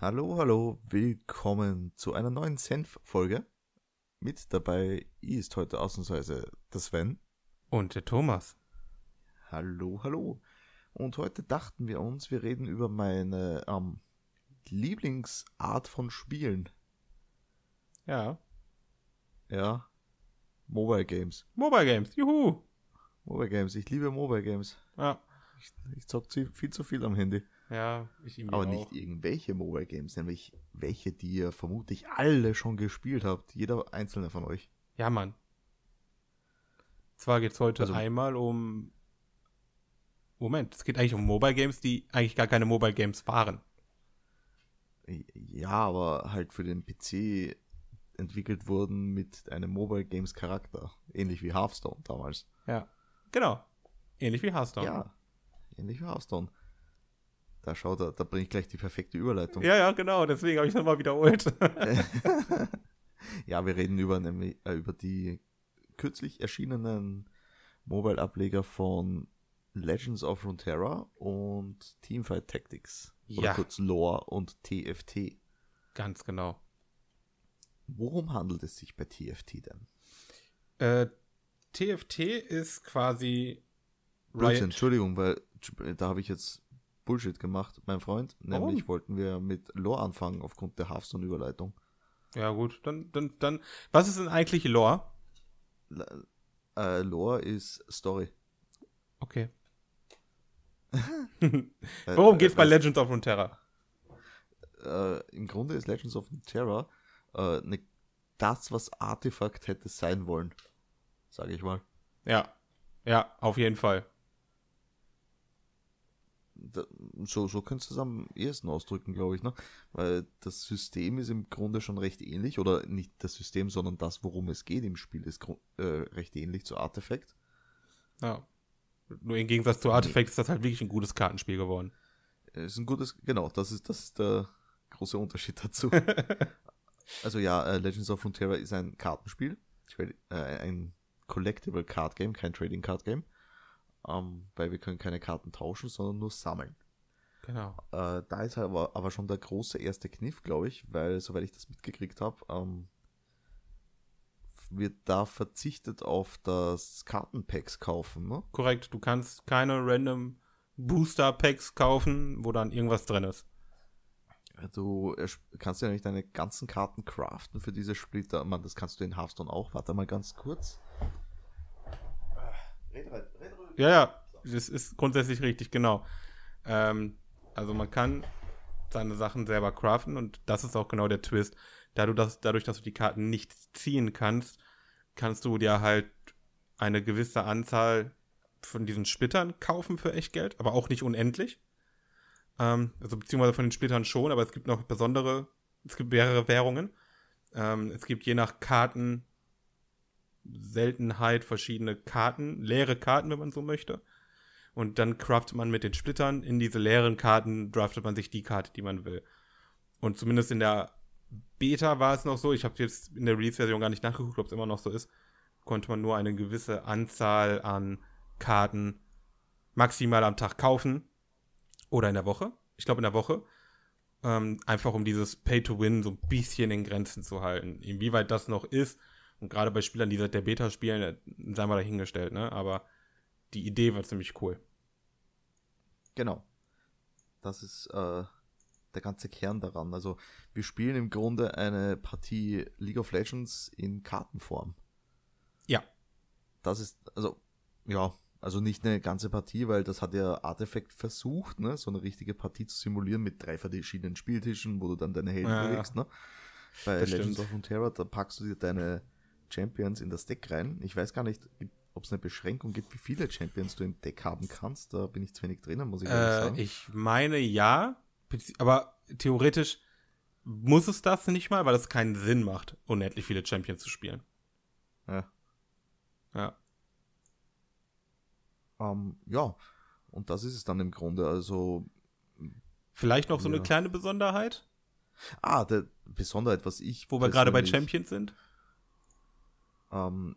Hallo, hallo, willkommen zu einer neuen Senf-Folge. Mit dabei ist heute ausnahmsweise der Sven. Und der Thomas. Hallo, hallo. Und heute dachten wir uns, wir reden über meine ähm, Lieblingsart von Spielen. Ja. Ja. Mobile Games. Mobile Games, juhu. Mobile Games. Ich liebe Mobile Games. Ja, Ich, ich zock zu- viel zu viel am Handy. ja ich irgendwie Aber auch. nicht irgendwelche Mobile Games, nämlich welche, die ihr vermutlich alle schon gespielt habt. Jeder einzelne von euch. Ja, Mann. Zwar geht's heute Also- einmal um. Moment, es geht eigentlich um Mobile Games, die eigentlich gar keine Mobile Games waren. Ja, aber halt für den PC entwickelt wurden mit einem Mobile Games Charakter. Ähnlich wie Hearthstone damals. Ja. Genau. Ähnlich wie Hearthstone. Ja. Ähnlich wie Hearthstone. Da schau, da, da bringe ich gleich die perfekte Überleitung. ja, ja, genau. Deswegen habe ich es nochmal wiederholt. Ja, wir reden über, nämlich, äh, über die kürzlich erschienenen Mobile-Ableger von Legends of Runeterra und Teamfight Tactics. Oder Ja. kurz Lore und TFT. Ganz genau. Worum handelt es sich bei TFT denn? Äh, TFT ist quasi. Blödsinn, Riot. Entschuldigung, weil äh, da habe ich jetzt Bullshit gemacht, mein Freund. Warum? Nämlich wollten wir mit Lore anfangen aufgrund der Hearthstone-Überleitung. Ja, gut. Dann, dann, dann. Was ist denn eigentlich Lore? L- Äh, Lore ist Story. Okay. Äh, Worum äh, geht's bei weißt- Legends of Runeterra? äh, im Grunde ist Legends of Terror äh, ne, das, was Artifact hätte sein wollen. Sage ich mal. Ja. Ja, auf jeden Fall. Da, so so könntest du es am ehesten ausdrücken, glaube ich. Ne? Weil das System ist im Grunde schon recht ähnlich. Oder nicht das System, sondern das, worum es geht im Spiel, ist gru- äh, recht ähnlich zu Artifact. Ja. Nur im Gegensatz zu Artifact ist das halt wirklich ein gutes Kartenspiel geworden. Äh, Ist ein gutes, genau, das ist, das ist der große Unterschied dazu. also ja, äh, Legends of Runeterra ist ein Kartenspiel, Tra- äh, ein Collectible Card Game, kein Trading Card Game, ähm, weil wir können keine Karten tauschen, sondern nur sammeln. Genau. Äh, da ist aber, aber schon der große erste Kniff, glaube ich, weil, soweit ich das mitgekriegt habe, ähm, wird da verzichtet auf das Kartenpacks kaufen, ne? Korrekt, du kannst keine random Booster Packs kaufen, wo dann irgendwas drin ist. Du ersch- Also, kannst ja nämlich deine ganzen Karten craften für diese Splitter. Mann, das kannst du in Hearthstone auch. Warte mal ganz kurz. Ja, ja, das ist grundsätzlich richtig, genau. Ähm, also man kann seine Sachen selber craften und das ist auch genau der Twist. Da du das, dadurch, dass du die Karten nicht ziehen kannst, kannst du dir halt eine gewisse Anzahl von diesen Splittern kaufen für Echtgeld, aber auch nicht unendlich. Ähm, also beziehungsweise von den Splittern schon, aber es gibt noch besondere, es gibt mehrere Währungen. Ähm, es gibt je nach Karten Seltenheit verschiedene Karten, leere Karten, wenn man so möchte. Und dann craftet man mit den Splittern in diese leeren Karten, draftet man sich die Karte, die man will. Und zumindest in der Beta war es noch so, ich habe jetzt in der Release-Version gar nicht nachgeguckt, ob es immer noch so ist, konnte man nur eine gewisse Anzahl an Karten maximal am Tag kaufen oder in der Woche. Ich glaube in der Woche. Ähm, einfach um dieses Pay-to-Win so ein bisschen in Grenzen zu halten. Inwieweit das noch ist, und gerade bei Spielern, die seit der Beta spielen, äh, sei mal dahingestellt, ne? Aber die Idee war ziemlich cool. Genau. Das ist äh, der ganze Kern daran. Also wir spielen im Grunde eine Partie League of Legends in Kartenform. Ja. Das ist, also, ja, also nicht eine ganze Partie, weil das hat ja Artefakt versucht, ne? So eine richtige Partie zu simulieren mit drei verschiedenen Spieltischen, wo du dann deine Helden Ja, ja. bewegst, ne? Bei Das Legends stimmt. of Runeterra, da packst du dir deine Champions in das Deck rein. Ich weiß gar nicht, ob es eine Beschränkung gibt, wie viele Champions du im Deck haben kannst. Da bin ich zu wenig drinnen, muss ich ehrlich sagen. Äh, ich meine ja, bezie- aber theoretisch muss es das nicht mal, weil es keinen Sinn macht, unendlich viele Champions zu spielen. Ja. Ja. Ähm, ja, und das ist es dann im Grunde. Also, Vielleicht noch so Ja. eine kleine Besonderheit, ah, der Besonderheit, was ich. wo wir gerade bei persönlich- Champions sind. Ähm,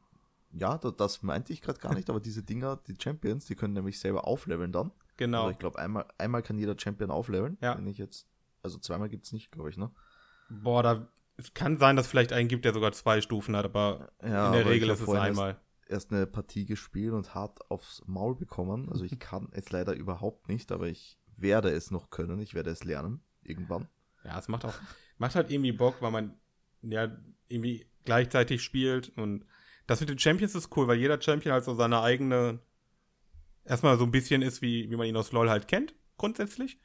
ja, da, das meinte ich gerade gar nicht, aber diese Dinger, die Champions, die können nämlich selber aufleveln dann. Genau. Also ich glaube, einmal, einmal kann jeder Champion aufleveln, Ja. wenn ich jetzt Also zweimal gibt's nicht, glaube ich, ne? Boah, da, es kann sein, dass vielleicht einen gibt, der sogar zwei Stufen hat, aber Ja, in der aber ich Regel hab ist es vorhin erst- einmal. Erst eine Partie gespielt und hart aufs Maul bekommen. Also ich kann es leider überhaupt nicht, aber ich werde es noch können. Ich werde es lernen. Irgendwann. Ja, es macht auch, macht halt irgendwie Bock, weil man ja irgendwie gleichzeitig spielt und das mit den Champions ist cool, weil jeder Champion halt so seine eigene, erstmal so ein bisschen ist, wie, wie man ihn aus LoL halt kennt, grundsätzlich.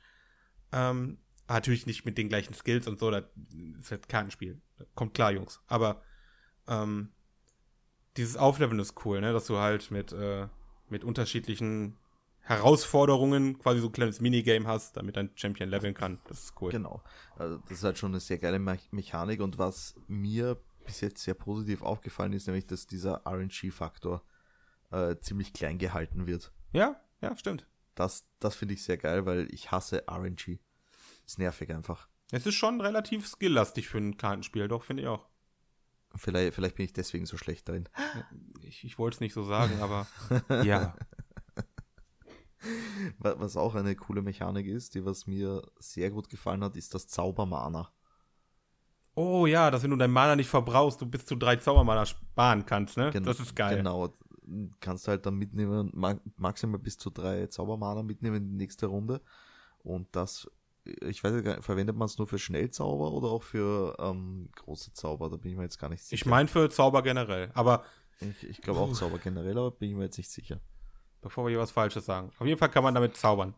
Ähm, natürlich nicht mit den gleichen Skills und so, das ist halt Kartenspiel. Kommt klar, Jungs. Aber ähm, dieses Aufleveln ist cool, ne? Dass du halt mit, äh, mit unterschiedlichen Herausforderungen quasi so ein kleines Minigame hast, damit dein Champion leveln kann. Das ist cool. Genau. Also das ist halt schon eine sehr geile Me Mechanik und was mir bis jetzt sehr positiv aufgefallen ist, nämlich, dass dieser RNG-Faktor äh, ziemlich klein gehalten wird. Ja, ja, stimmt. Das, das finde ich sehr geil, weil ich hasse RNG. Ist nervig einfach. Es ist schon relativ skilllastig für ein Kartenspiel, doch, finde ich auch. Vielleicht, vielleicht bin ich deswegen so schlecht darin. Ich, ich wollte es nicht so sagen, aber ja. Wa- Was auch eine coole Mechanik ist, die was mir sehr gut gefallen hat, ist das Zaubermana. Oh ja, dass wenn du dein Mana nicht verbrauchst, du bis zu drei Zaubermana sparen kannst, ne? Gen- das ist geil. Genau. Kannst du halt dann mitnehmen, ma maximal bis zu drei Zaubermana mitnehmen in die nächste Runde. Und das, ich weiß ja gar nicht, verwendet man es nur für Schnellzauber oder auch für ähm, große Zauber? Da bin ich mir jetzt gar nicht sicher. Ich meine für Zauber generell. Aber ich, ich glaube auch Zauber generell, aber bin ich mir jetzt nicht sicher. bevor wir hier was Falsches sagen, auf jeden Fall kann man damit zaubern.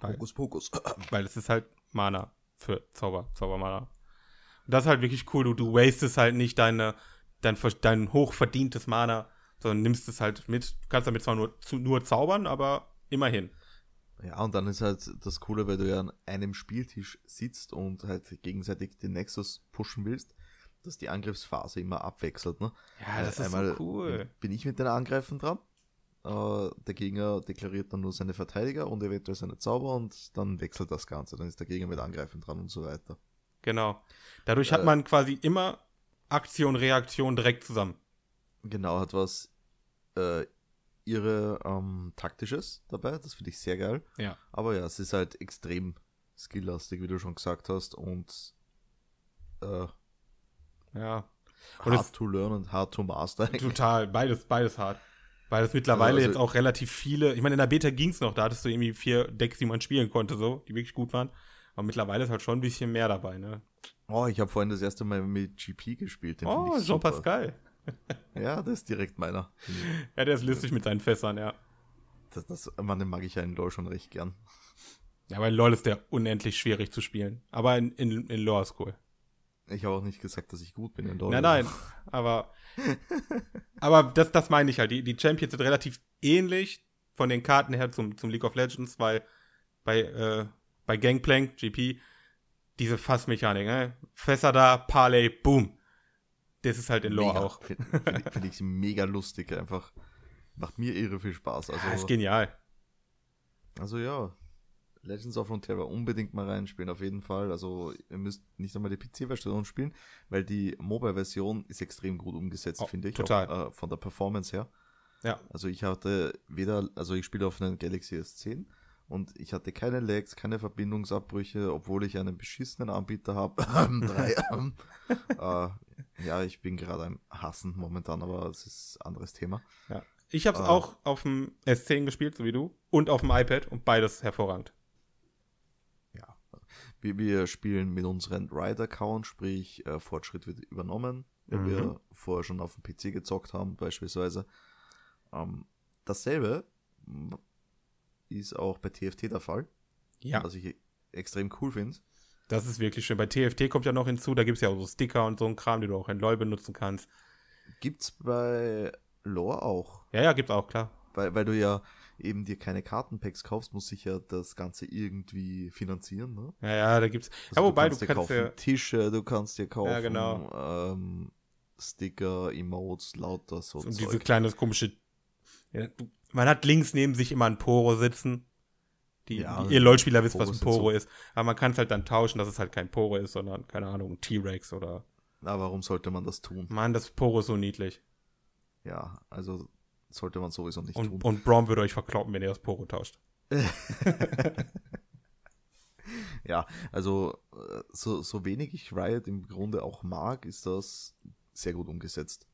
Geil. Hokus Pokus. Weil es ist halt Mana für Zauber, Zaubermana. Und das ist halt wirklich cool. Du, du wastest halt nicht deine, dein, ver- dein hochverdientes Mana, sondern nimmst es halt mit. Du kannst damit zwar nur, zu, nur zaubern, aber immerhin. Ja, und dann ist halt das Coole, weil du ja an einem Spieltisch sitzt und halt gegenseitig den Nexus pushen willst, dass die Angriffsphase immer abwechselt. Ne? Ja, Äh, Ah, das ist einmal so cool. Bin ich mit den Angreifen dran? Äh, der Gegner deklariert dann nur seine Verteidiger und eventuell seine Zauber und dann wechselt das Ganze. Dann ist der Gegner mit Angreifen dran und so weiter. Genau. Dadurch hat Äh, man quasi immer Aktion, Reaktion direkt zusammen. Genau, hat was äh, ihre ähm, taktisches dabei. Das finde ich sehr geil. Ja. Aber ja, es ist halt extrem skilllastig, wie du schon gesagt hast und äh, Ja. Und es- hard to learn und hard to master. Total, beides, beides hart. Weil es mittlerweile Also- jetzt auch relativ viele, ich meine, in der Beta ging es noch, da hattest du irgendwie vier Decks, die man spielen konnte, so, die wirklich gut waren. Aber mittlerweile ist halt schon ein bisschen mehr dabei, ne? Oh, ich habe vorhin das erste Mal mit GP gespielt. Den find Oh, ich super. Jean-Pascal. Ja, das ist direkt meiner. Ja, der ist lustig mit seinen Fässern, ja. Das, das, man, den mag ich ja in LoL schon recht gern. Ja, aber in LoL ist der unendlich schwierig zu spielen. Aber in, in, in Lore ist cool. Ich habe auch nicht gesagt, dass ich gut bin in LoL. Nein, nein, aber aber das, das meine ich halt. Die, die Champions sind relativ ähnlich von den Karten her zum, zum League of Legends, weil bei, äh, bei Gangplank, GP, diese Fassmechanik, ne? Fässer da, Parley, boom. Das ist halt in Lore Mega. auch. Finde find, ich- find ich mega lustig einfach. Macht mir irre viel Spaß. Ah, ist Also, genial. also ja, Legends of Runeterra unbedingt mal reinspielen, auf jeden Fall. Also ihr müsst nicht einmal die PC-Version spielen, weil die Mobile-Version ist extrem gut umgesetzt, Oh, finde ich. total. Auch, äh, von der Performance her. Ja. Also ich hatte weder, also ich spiele auf einem Galaxy S10 und ich hatte keine Lags, keine Verbindungsabbrüche, obwohl ich einen beschissenen Anbieter habe. Drei. ähm, äh, ja, ich bin gerade am Hassen momentan, aber es ist ein anderes Thema. Ja. Ich habe es Ah. auch auf dem S10 gespielt, so wie du, und auf dem iPad und beides hervorragend. Wir, wir spielen mit unserem Ride-Account, sprich äh, Fortschritt wird übernommen, weil Mhm. wir vorher schon auf dem PC gezockt haben beispielsweise. Ähm, dasselbe mm, ist auch bei TFT der Fall, Ja, was ich extrem cool finde. das ist wirklich schön. Bei TFT kommt ja noch hinzu, da gibt's ja auch so Sticker und so ein Kram, den du auch in LoL benutzen kannst. Gibt's bei Lore auch. Ja, ja, gibt's auch, klar. Weil, weil du ja eben dir keine Kartenpacks kaufst, muss sich ja das Ganze irgendwie finanzieren, ne? Ja, ja, da gibt's. Also ja, wobei, du dir kannst, kaufen ja. Tische, du kannst dir kaufen Ja, genau. ähm, Sticker, Emotes, lauter so Und diese Zeug. kleine komische. Ja, du, man hat links neben sich immer ein Poro sitzen. Die, Ja, die, ihr LOL-Spieler wisst, was Poros ein sind Poro ist. Aber man kann es halt dann tauschen, dass es halt kein Poro ist, sondern, keine Ahnung, ein T-Rex oder. Na, warum sollte man das tun? Mann, das Poro ist so niedlich. Ja, also sollte man sowieso nicht Und, tun. und Brom würde euch verkloppen, wenn ihr das Poro tauscht. Ja, also äh, so, so wenig ich Riot im Grunde auch mag, ist das sehr gut umgesetzt.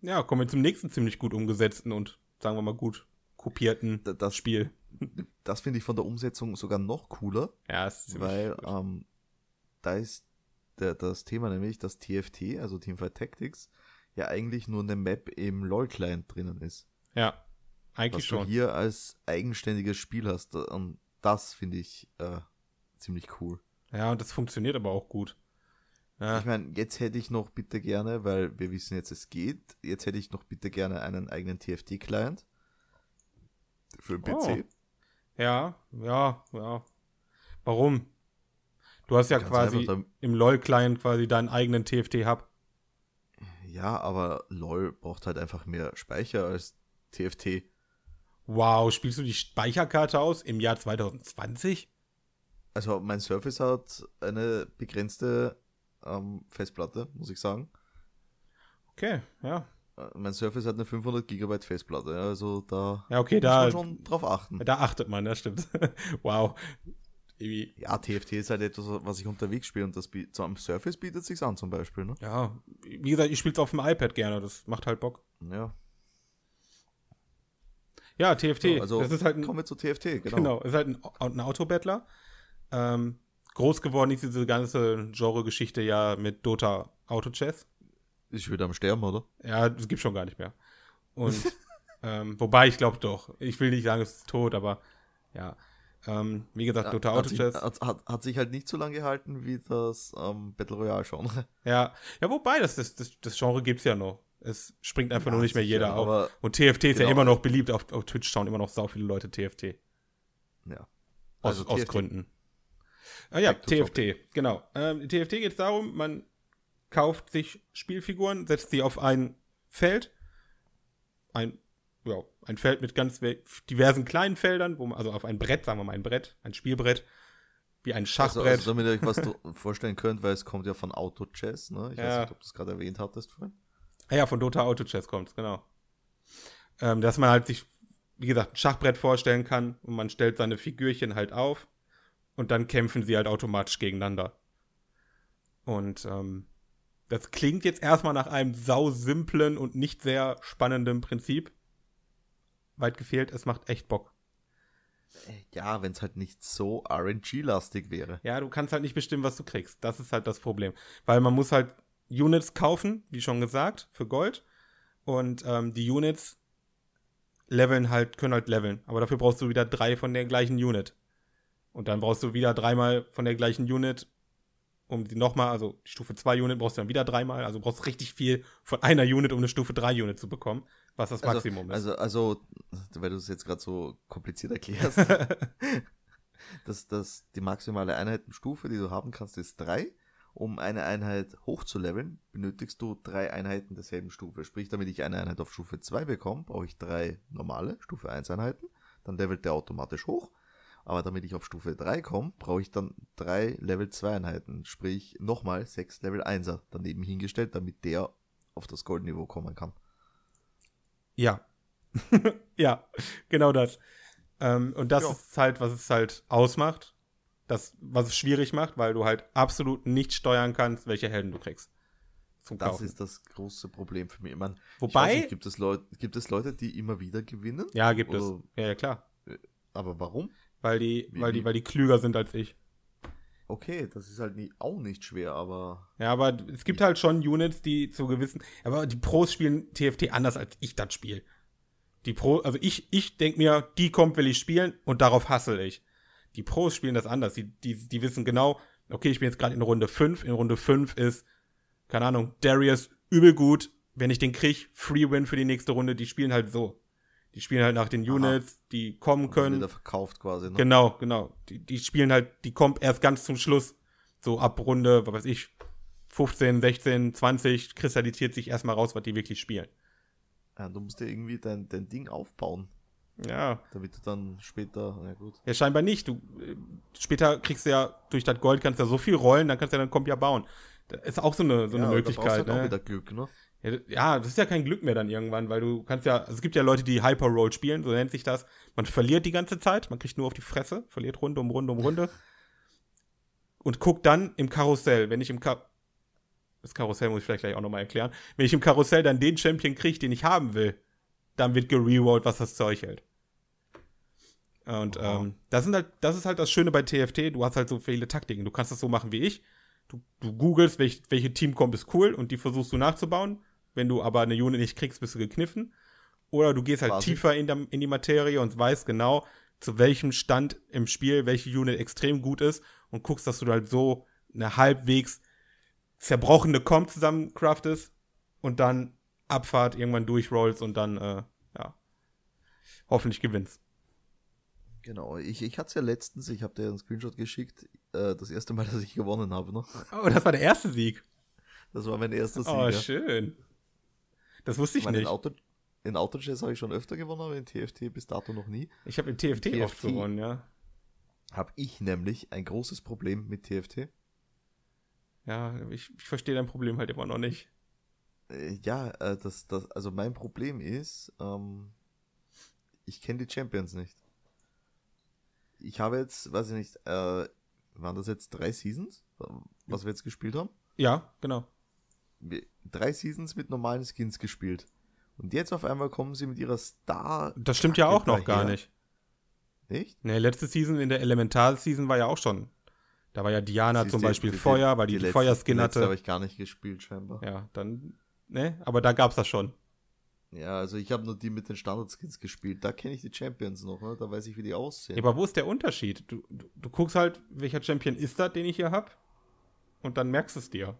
Ja, kommen wir zum nächsten ziemlich gut umgesetzten und sagen wir mal gut kopierten Da- Das, Spiel. das finde ich von der Umsetzung sogar noch cooler, Ja, ist ziemlich weil gut. ähm, da ist der, das Thema nämlich, dass TFT, also Teamfight Tactics, ja eigentlich nur eine Map im LoL-Client drinnen ist. ja, eigentlich Was du schon. hier als eigenständiges Spiel hast. äh, Und das finde ich äh, ziemlich cool. Ja, und das funktioniert aber auch gut. Ja, Ich meine, jetzt hätte ich noch bitte gerne, weil wir wissen jetzt, es geht, jetzt hätte ich noch bitte gerne einen eigenen TFT-Client für den PC. Oh. ja, ja, ja. Warum? Du hast ja Ganz quasi einfach, da- im LOL-Client quasi deinen eigenen TFT-Hub. ja, aber LOL braucht halt einfach mehr Speicher als TFT. Wow, spielst du die Speicherkarte aus im Jahr 2020? Also mein Surface hat eine begrenzte ähm, Festplatte, muss ich sagen. Okay, ja. Äh, Mein Surface hat eine 500 Gigabyte Festplatte, ja, also da Ja, okay, muss da, man schon drauf achten. da achtet man, das stimmt. wow. Irgendwie, Ja, TFT ist halt etwas, was ich unterwegs spiele und das bie- so am Surface bietet sich's an zum Beispiel. Ne? ja, wie gesagt, ich spiel's auf dem iPad gerne, das macht halt Bock. Ja. Ja, TFT, So, also das ist halt ein, kommen wir zu TFT, genau. genau. ist halt ein, Au- ein Autobattler. Ähm, groß geworden ist diese ganze Genre-Geschichte ja mit Dota Auto-Chess. Ist wieder am Sterben, oder? Ja, das gibt's schon gar nicht mehr. Und ähm, wobei ich glaube doch, ich will nicht sagen, es ist tot, aber ja. Ähm, wie gesagt, Dota hat, sich, Auto-Chess. hat, hat, hat sich halt nicht so lange gehalten wie das ähm, Battle Royale Genre. Ja, ja, wobei, das, das, das, das Genre gibt's ja noch. Es springt einfach nur nicht mehr sicher, jeder auf. Aber Und TFT ist ja Genau. immer noch beliebt. Auf, auf Twitch schauen immer noch sau viele Leute TFT. Ja. Aus, Also aus TFT. Gründen. Ah ja, Back to TFT, genau. Ähm, TFT geht es darum, man kauft sich Spielfiguren, setzt sie auf ein Feld. Ein, ja, ein Feld mit ganz we- diversen kleinen Feldern, wo man, also auf ein Brett, sagen wir mal ein Brett, ein Spielbrett, wie ein also, Schachbrett. also damit ihr euch was dr- vorstellen könnt, weil es kommt ja von Auto Chess, ne? Ich Ja. weiß nicht, ob du es gerade erwähnt hattest vorhin. Ah ja, von Dota Auto Chess kommt's, genau. Ähm, dass man halt sich, wie gesagt, ein Schachbrett vorstellen kann und man stellt seine Figürchen halt auf und dann kämpfen sie halt automatisch gegeneinander. Und ähm, das klingt jetzt erstmal nach einem sausimplen und nicht sehr spannenden Prinzip. Weit gefehlt, es macht echt Bock. Ja, wenn es halt nicht so RNG-lastig wäre. Ja, du kannst halt nicht bestimmen, was du kriegst. Das ist halt das Problem. Weil man muss halt Units kaufen, wie schon gesagt, für Gold. Und ähm, die Units leveln halt, können halt leveln. Aber dafür brauchst du wieder drei von der gleichen Unit. Und dann brauchst du wieder dreimal von der gleichen Unit, um die nochmal, also die Stufe 2 Unit brauchst du dann wieder dreimal. Also brauchst richtig viel von einer Unit, um eine Stufe 3 Unit zu bekommen, was das Also- Maximum ist. Also, also, weil du es jetzt gerade so kompliziert erklärst, dass, dass die maximale Einheitenstufe, die du haben kannst, ist drei. Um eine Einheit hochzuleveln, benötigst du drei Einheiten derselben Stufe. Sprich, damit ich eine Einheit auf Stufe 2 bekomme, brauche ich drei normale Stufe 1 Einheiten. Dann levelt der automatisch hoch. Aber damit ich auf Stufe 3 komme, brauche ich dann drei Level 2 Einheiten. Sprich, nochmal sechs Level 1er daneben hingestellt, damit der auf das Goldniveau kommen kann. Ja. ja, genau das. Ähm, und das Ja. ist halt, was es halt ausmacht. Das, was es schwierig macht, weil du halt absolut nicht steuern kannst, welche Helden du kriegst. Zum Das Kaufen. ist das große Problem für mich. Ich meine, ich weiß Wobei, nicht, gibt, es Leute, gibt es Leute, die immer wieder gewinnen? ja, gibt es. Oder- Ja, ja, klar. Aber warum? Weil die, also Wie- weil die, wie- weil die klüger sind als ich. Okay, das ist halt nie, auch nicht schwer, aber Ja, aber es gibt halt schon Units, die zu gewissen. Aber die Pros spielen TFT anders, als ich das spiele. Die Pro, also ich, ich denk mir, die kommt, will ich spielen und darauf hassel ich. Die Pros spielen das anders. Die, die, die wissen genau, okay, ich bin jetzt gerade in Runde 5. In Runde 5 ist, keine Ahnung, Darius übel gut. Wenn ich den krieg, Free Win für die nächste Runde. Die spielen halt so. Die spielen halt nach den Aha. Also Units, die kommen können. wieder verkauft quasi. Ne? Genau, genau. Die, die spielen halt, die kommt erst ganz zum Schluss. So ab Runde, was weiß ich, 15, 16, 20, kristallisiert sich erstmal raus, was die wirklich spielen. Ja, du musst dir irgendwie dein, dein Ding aufbauen, Ja. damit du dann später, na gut. Ja, scheinbar nicht. Du, äh, später kriegst du ja durch das Gold kannst du ja so viel rollen, dann kannst du ja dann kommt ja bauen. Das ist auch so eine, so eine ja, aber da brauchst du Möglichkeit, halt auch ne? wieder Glück, ne? Ja, d- Ja, das ist ja kein Glück mehr dann irgendwann, weil du kannst ja, also es gibt ja Leute, die Hyper Roll spielen, so nennt sich das. Man verliert die ganze Zeit, man kriegt nur auf die Fresse, verliert Runde um Runde um Runde. und guckt dann im Karussell, wenn ich im Ka das Karussell muss ich vielleicht gleich auch nochmal erklären, wenn ich im Karussell dann den Champion kriege, den ich haben will, dann wird gererollt, was das Zeug hält. Und Oha. ähm, das, sind halt, das ist halt das Schöne bei TFT, du hast halt so viele Taktiken. Du kannst das so machen wie ich. Du, du googelst, welch, welche Teamkomp ist cool und die versuchst du nachzubauen. Wenn du aber eine Unit nicht kriegst, bist du gekniffen. Oder du gehst halt Quasi. tiefer in, der, in die Materie und weißt genau, zu welchem Stand im Spiel welche Unit extrem gut ist und guckst, dass du halt so eine halbwegs zerbrochene Comp zusammen craftest und dann Abfahrt irgendwann durchrollst und dann, äh, ja, hoffentlich gewinnst. Genau, ich, ich hatte es ja letztens, ich habe dir einen Screenshot geschickt, äh, das erste Mal, dass ich gewonnen habe noch. Oh, das war der erste Sieg. Das war mein erster Sieg. Oh, ja. schön. Das wusste Ich ich meine, in nicht. Auto, in Autochess habe ich schon öfter gewonnen, aber in TFT bis dato noch nie. Ich habe im TFT, TFT. oft gewonnen, ja. Habe ich nämlich ein großes Problem mit TFT. Ja, ich, ich verstehe dein Problem halt immer noch nicht. Äh, ja, äh, das, das, also mein Problem ist, ähm, ich kenne die Champions nicht. Ich habe jetzt, weiß ich nicht, äh, waren das jetzt drei Seasons, ähm, was wir jetzt gespielt haben? Ja, genau. Wir- Drei Seasons mit normalen Skins gespielt. Und jetzt auf einmal kommen sie mit ihrer Star, Das stimmt ja Kacke auch noch gar daher. nicht. nicht? Ne, letzte Season in der Elementar-Season war ja auch schon. Da war ja Diana Sie- zum die- Beispiel die- die- Feuer, weil die, die letzte- Feuerskin letzte habe hatte. ich gar nicht gespielt, scheinbar. Ja, Ja, dann, ne? Aber da gab's das schon. also ich habe nur die mit den Standard-Skins gespielt. Da kenne ich die Champions noch, ne? da weiß ich, wie die aussehen. Ja, aber wo ist der Unterschied? Du, du, du guckst halt, welcher Champion ist das, den ich hier hab, und dann merkst es dir.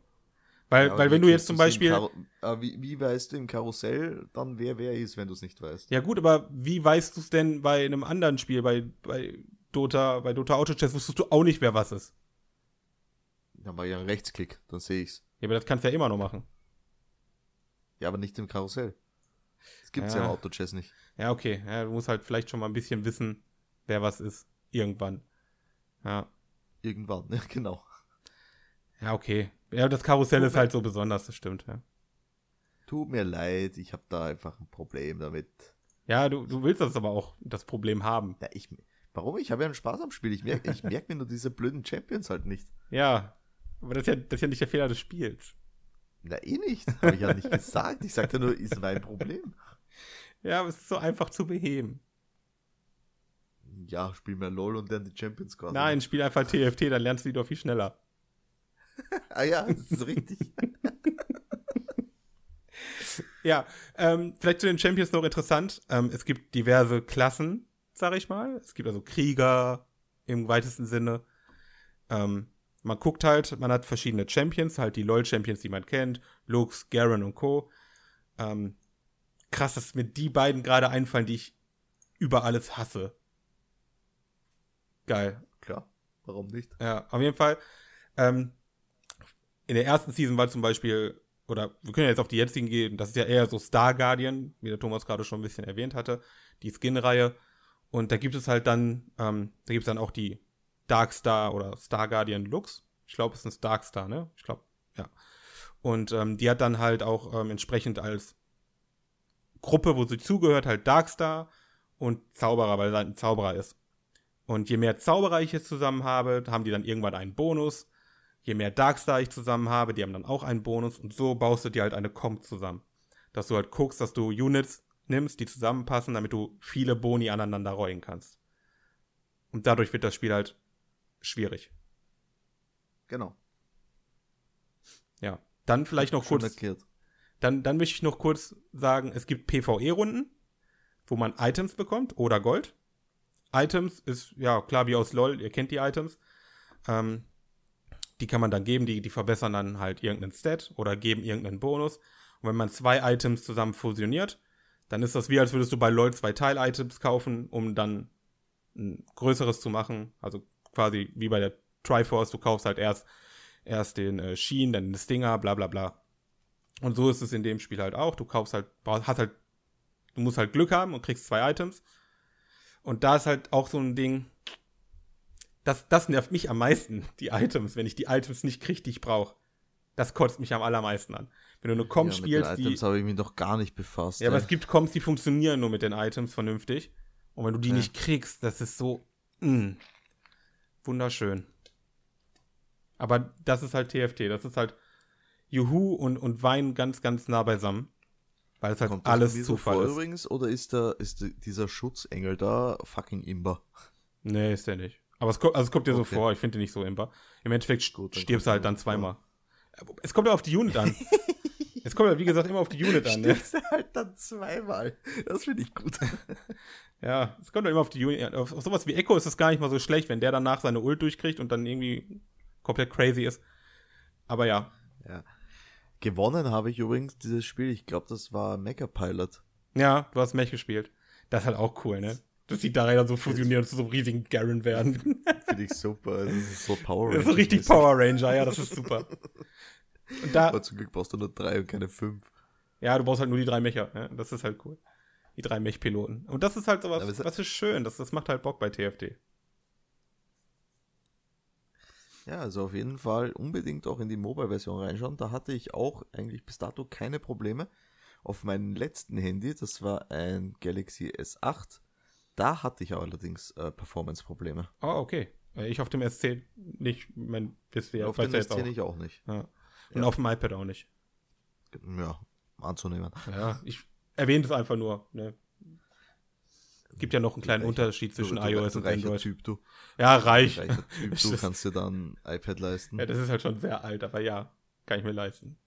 Weil, Ja, aber weil wie wenn du jetzt kriegst zum du's im Beispiel. Karu- aber wie, wie weißt du im Karussell dann, wer wer ist, wenn du es nicht weißt? Ja gut, aber wie weißt du es denn bei einem anderen Spiel, bei, bei Dota, bei Dota Autochess wusstest du auch nicht, wer was ist. Dann mach ich einen Rechtsklick, dann sehe ich's. Ja, aber das kannst du ja immer noch machen. Ja, aber nicht im Karussell. Das gibt's ja, Ja. im Auto-Chess nicht. Ja, okay. Ja, du musst halt vielleicht schon mal ein bisschen wissen, wer was ist. Irgendwann. Ja. Irgendwann, ja, genau. Ja, okay. Ja, das Karussell ist halt so besonders, das stimmt, ja. Tut mir leid, ich habe da einfach ein Problem damit. Ja, du, du willst das aber auch, das Problem haben. Ja, ich, warum? Ich habe ja einen Spaß am Spiel. Ich merke ich merk mir nur diese blöden Champions halt nicht. Ja. Aber das ist ja, das ist ja nicht der Fehler des Spiels. Na, eh nicht. Habe ich ja nicht gesagt. Ich sagte nur, ist mein Problem. Ja, aber es ist so einfach zu beheben. Ja, spiel mal LOL und dann die Champions quasi. Nein, spiel einfach TFT, dann lernst du die doch viel schneller. Ah ja, das ist richtig. Ja, ähm, vielleicht zu den Champions noch interessant. Ähm, es gibt diverse Klassen, sag ich mal. Es gibt also Krieger im weitesten Sinne. Ähm, man guckt halt, man hat verschiedene Champions, halt die LOL-Champions, die man kennt. Lux, Garen und Co. Ähm, krass, dass mir die beiden gerade einfallen, die ich über alles hasse. Geil. Klar, warum nicht? Ja, auf jeden Fall. Ähm, in der ersten Season war zum Beispiel, oder wir können ja jetzt auf die jetzigen gehen, das ist ja eher so Star Guardian, wie der Thomas gerade schon ein bisschen erwähnt hatte, die Skin-Reihe. Und da gibt es halt dann, ähm, da gibt es dann auch die Dark Star oder Star Guardian Lux. Ich glaube, es ist ein Dark Star, ne? Ich glaube, ja. Und ähm, die hat dann halt auch ähm, entsprechend als Gruppe, wo sie zugehört, halt Darkstar und Zauberer, weil er halt ein Zauberer ist. Und je mehr Zauberer ich jetzt zusammen habe, haben die dann irgendwann einen Bonus. Je mehr Darkstar ich zusammen habe, die haben dann auch einen Bonus. Und so baust du dir halt eine Comp zusammen. Dass du halt guckst, dass du Units nimmst, die zusammenpassen, damit du viele Boni aneinander rollen kannst. Und dadurch wird das Spiel halt schwierig. Genau. Ja. Dann vielleicht noch Schön kurz. erklärt. Dann, dann möchte ich noch kurz sagen, es gibt PvE-Runden, wo man Items bekommt oder Gold. Items ist, ja, klar wie aus LOL, ihr kennt die Items. Ähm, die kann man dann geben, die, die verbessern dann halt irgendeinen Stat oder geben irgendeinen Bonus. Und wenn man zwei Items zusammen fusioniert, dann ist das wie, als würdest du bei LOL zwei Teil-Items kaufen, um dann ein größeres zu machen. Also quasi wie bei der Triforce, du kaufst halt erst, erst den äh, Sheen, dann den Stinger, bla bla bla. Und so ist es in dem Spiel halt auch. Du kaufst halt, brauch- hast halt, du musst halt Glück haben und kriegst zwei Items. Und da ist halt auch so ein Ding, das, das nervt mich am meisten, die Items, wenn ich die Items nicht krieg, die ich brauche. Das kotzt mich am allermeisten an. Wenn du eine Com ja, mit den spielst, die. Items habe ich mich noch gar nicht befasst. Ja, aber es ey. gibt Coms, die funktionieren nur mit den Items vernünftig. Und wenn du die Ja. nicht kriegst, das ist so. mm, wunderschön. Aber das ist halt TFT. Das ist halt Juhu und, und Wein ganz, ganz nah beisammen. Weil es halt Kommt das mir alles so Zufall vor ist. übrigens oder ist da ist die- dieser Schutzengel da fucking Imber? Nee, ist der nicht. Aber es, kommt, also es kommt dir so Okay. vor, ich finde den nicht so imbar. Im Endeffekt Gut, Gut, dann stirbst du kommt halt der dann nicht vor. zweimal. Es kommt ja auf die Unit an. es kommt ja, wie gesagt, immer auf die Unit an. Ne? Stirbst du halt dann zweimal. Das finde ich gut. Ja, es kommt ja immer auf die Unit an. Auf, auf sowas wie Echo ist es gar nicht mal so schlecht, wenn der danach seine Ult durchkriegt und dann irgendwie komplett crazy ist. Aber ja. Gewonnen habe ich übrigens dieses Spiel. Ich glaube, das war Mega Pilot. Ja, du hast Mech gespielt. Das ist halt auch cool, ne? Dass die Darräder so fusionieren und zu so einem riesigen Garen werden. Finde ich super. Also, Das ist so Power Das ist so richtig Rangers-mäßig. Power Ranger, ja, das ist super. Und da, Aber zum Glück brauchst du nur drei und keine fünf. Ja, du brauchst halt nur die drei Mecher. Ne? Das ist halt cool. Die drei Mech-Piloten. Und das ist halt sowas, Aber es- das ist schön. Das, das macht halt Bock bei TFT. Ja, also auf jeden Fall unbedingt auch in die Mobile-Version reinschauen. Da hatte ich auch eigentlich bis dato keine Probleme. Auf meinem letzten Handy, das war ein Galaxy S8, da hatte ich allerdings äh, Performance-Probleme. Oh, okay. Äh, Ich auf dem S10 nicht. Mein, wisst ihr, ja, auf weißt dem du jetzt S10 auch. ich auch nicht. Ja. Ja. Und auf dem iPad auch nicht. Ja, anzunehmen. Ja, ich erwähne es einfach nur. Ne? Gibt ja noch einen kleinen Reicher- Unterschied zwischen du, iOS du, und reicher Android. Also Typ, du. Ja, reich. Reicher Typ, du Das- kannst dir dann ein iPad leisten. Ja, das ist halt schon sehr alt, aber ja, kann ich mir leisten.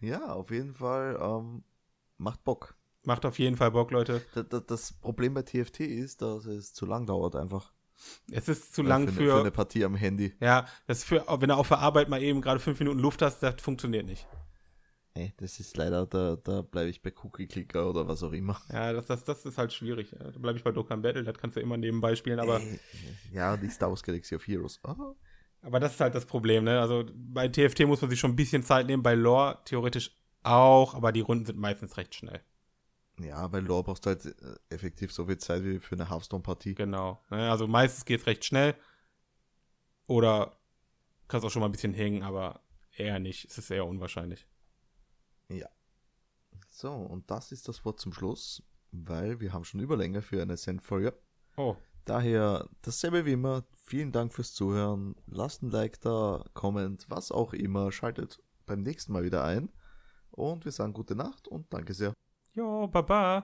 Ja, auf jeden Fall ähm, macht Bock. Macht auf jeden Fall Bock, Leute. Da- da- Das Problem bei TFT ist, dass es zu lang dauert einfach. Es ist zu Äh, lang für, für. eine- für eine Partie am Handy. ja, das ist für, wenn du auf der Arbeit mal eben gerade fünf Minuten Luft hast, das funktioniert nicht. Nee, das ist leider, da, da bleibe ich bei Cookie Clicker oder was auch immer. Ja, das, das, das ist halt schwierig. Da bleibe ich bei Dokkan Battle, das kannst du immer nebenbei spielen, aber, Äh, ja, die Star Wars Galaxy of Heroes. Ah, aber das ist halt das Problem, ne? Also bei TFT muss man sich schon ein bisschen Zeit nehmen, bei Lore theoretisch auch, aber die Runden sind meistens recht schnell. Ja, bei Lore brauchst du halt äh, effektiv so viel Zeit wie für eine Hearthstone-Partie. Genau. Ne? Also meistens geht's recht schnell. Oder kannst auch schon mal ein bisschen hängen, aber eher nicht. Es ist eher unwahrscheinlich. So, und das ist das Wort zum Schluss, weil wir haben schon Überlänge für eine Sendfolge. Oh, Daher dasselbe wie immer. Vielen Dank fürs Zuhören. Lasst ein Like da, Comment, was auch immer. Schaltet beim nächsten Mal wieder ein. Und wir sagen gute Nacht und danke sehr. jo, baba.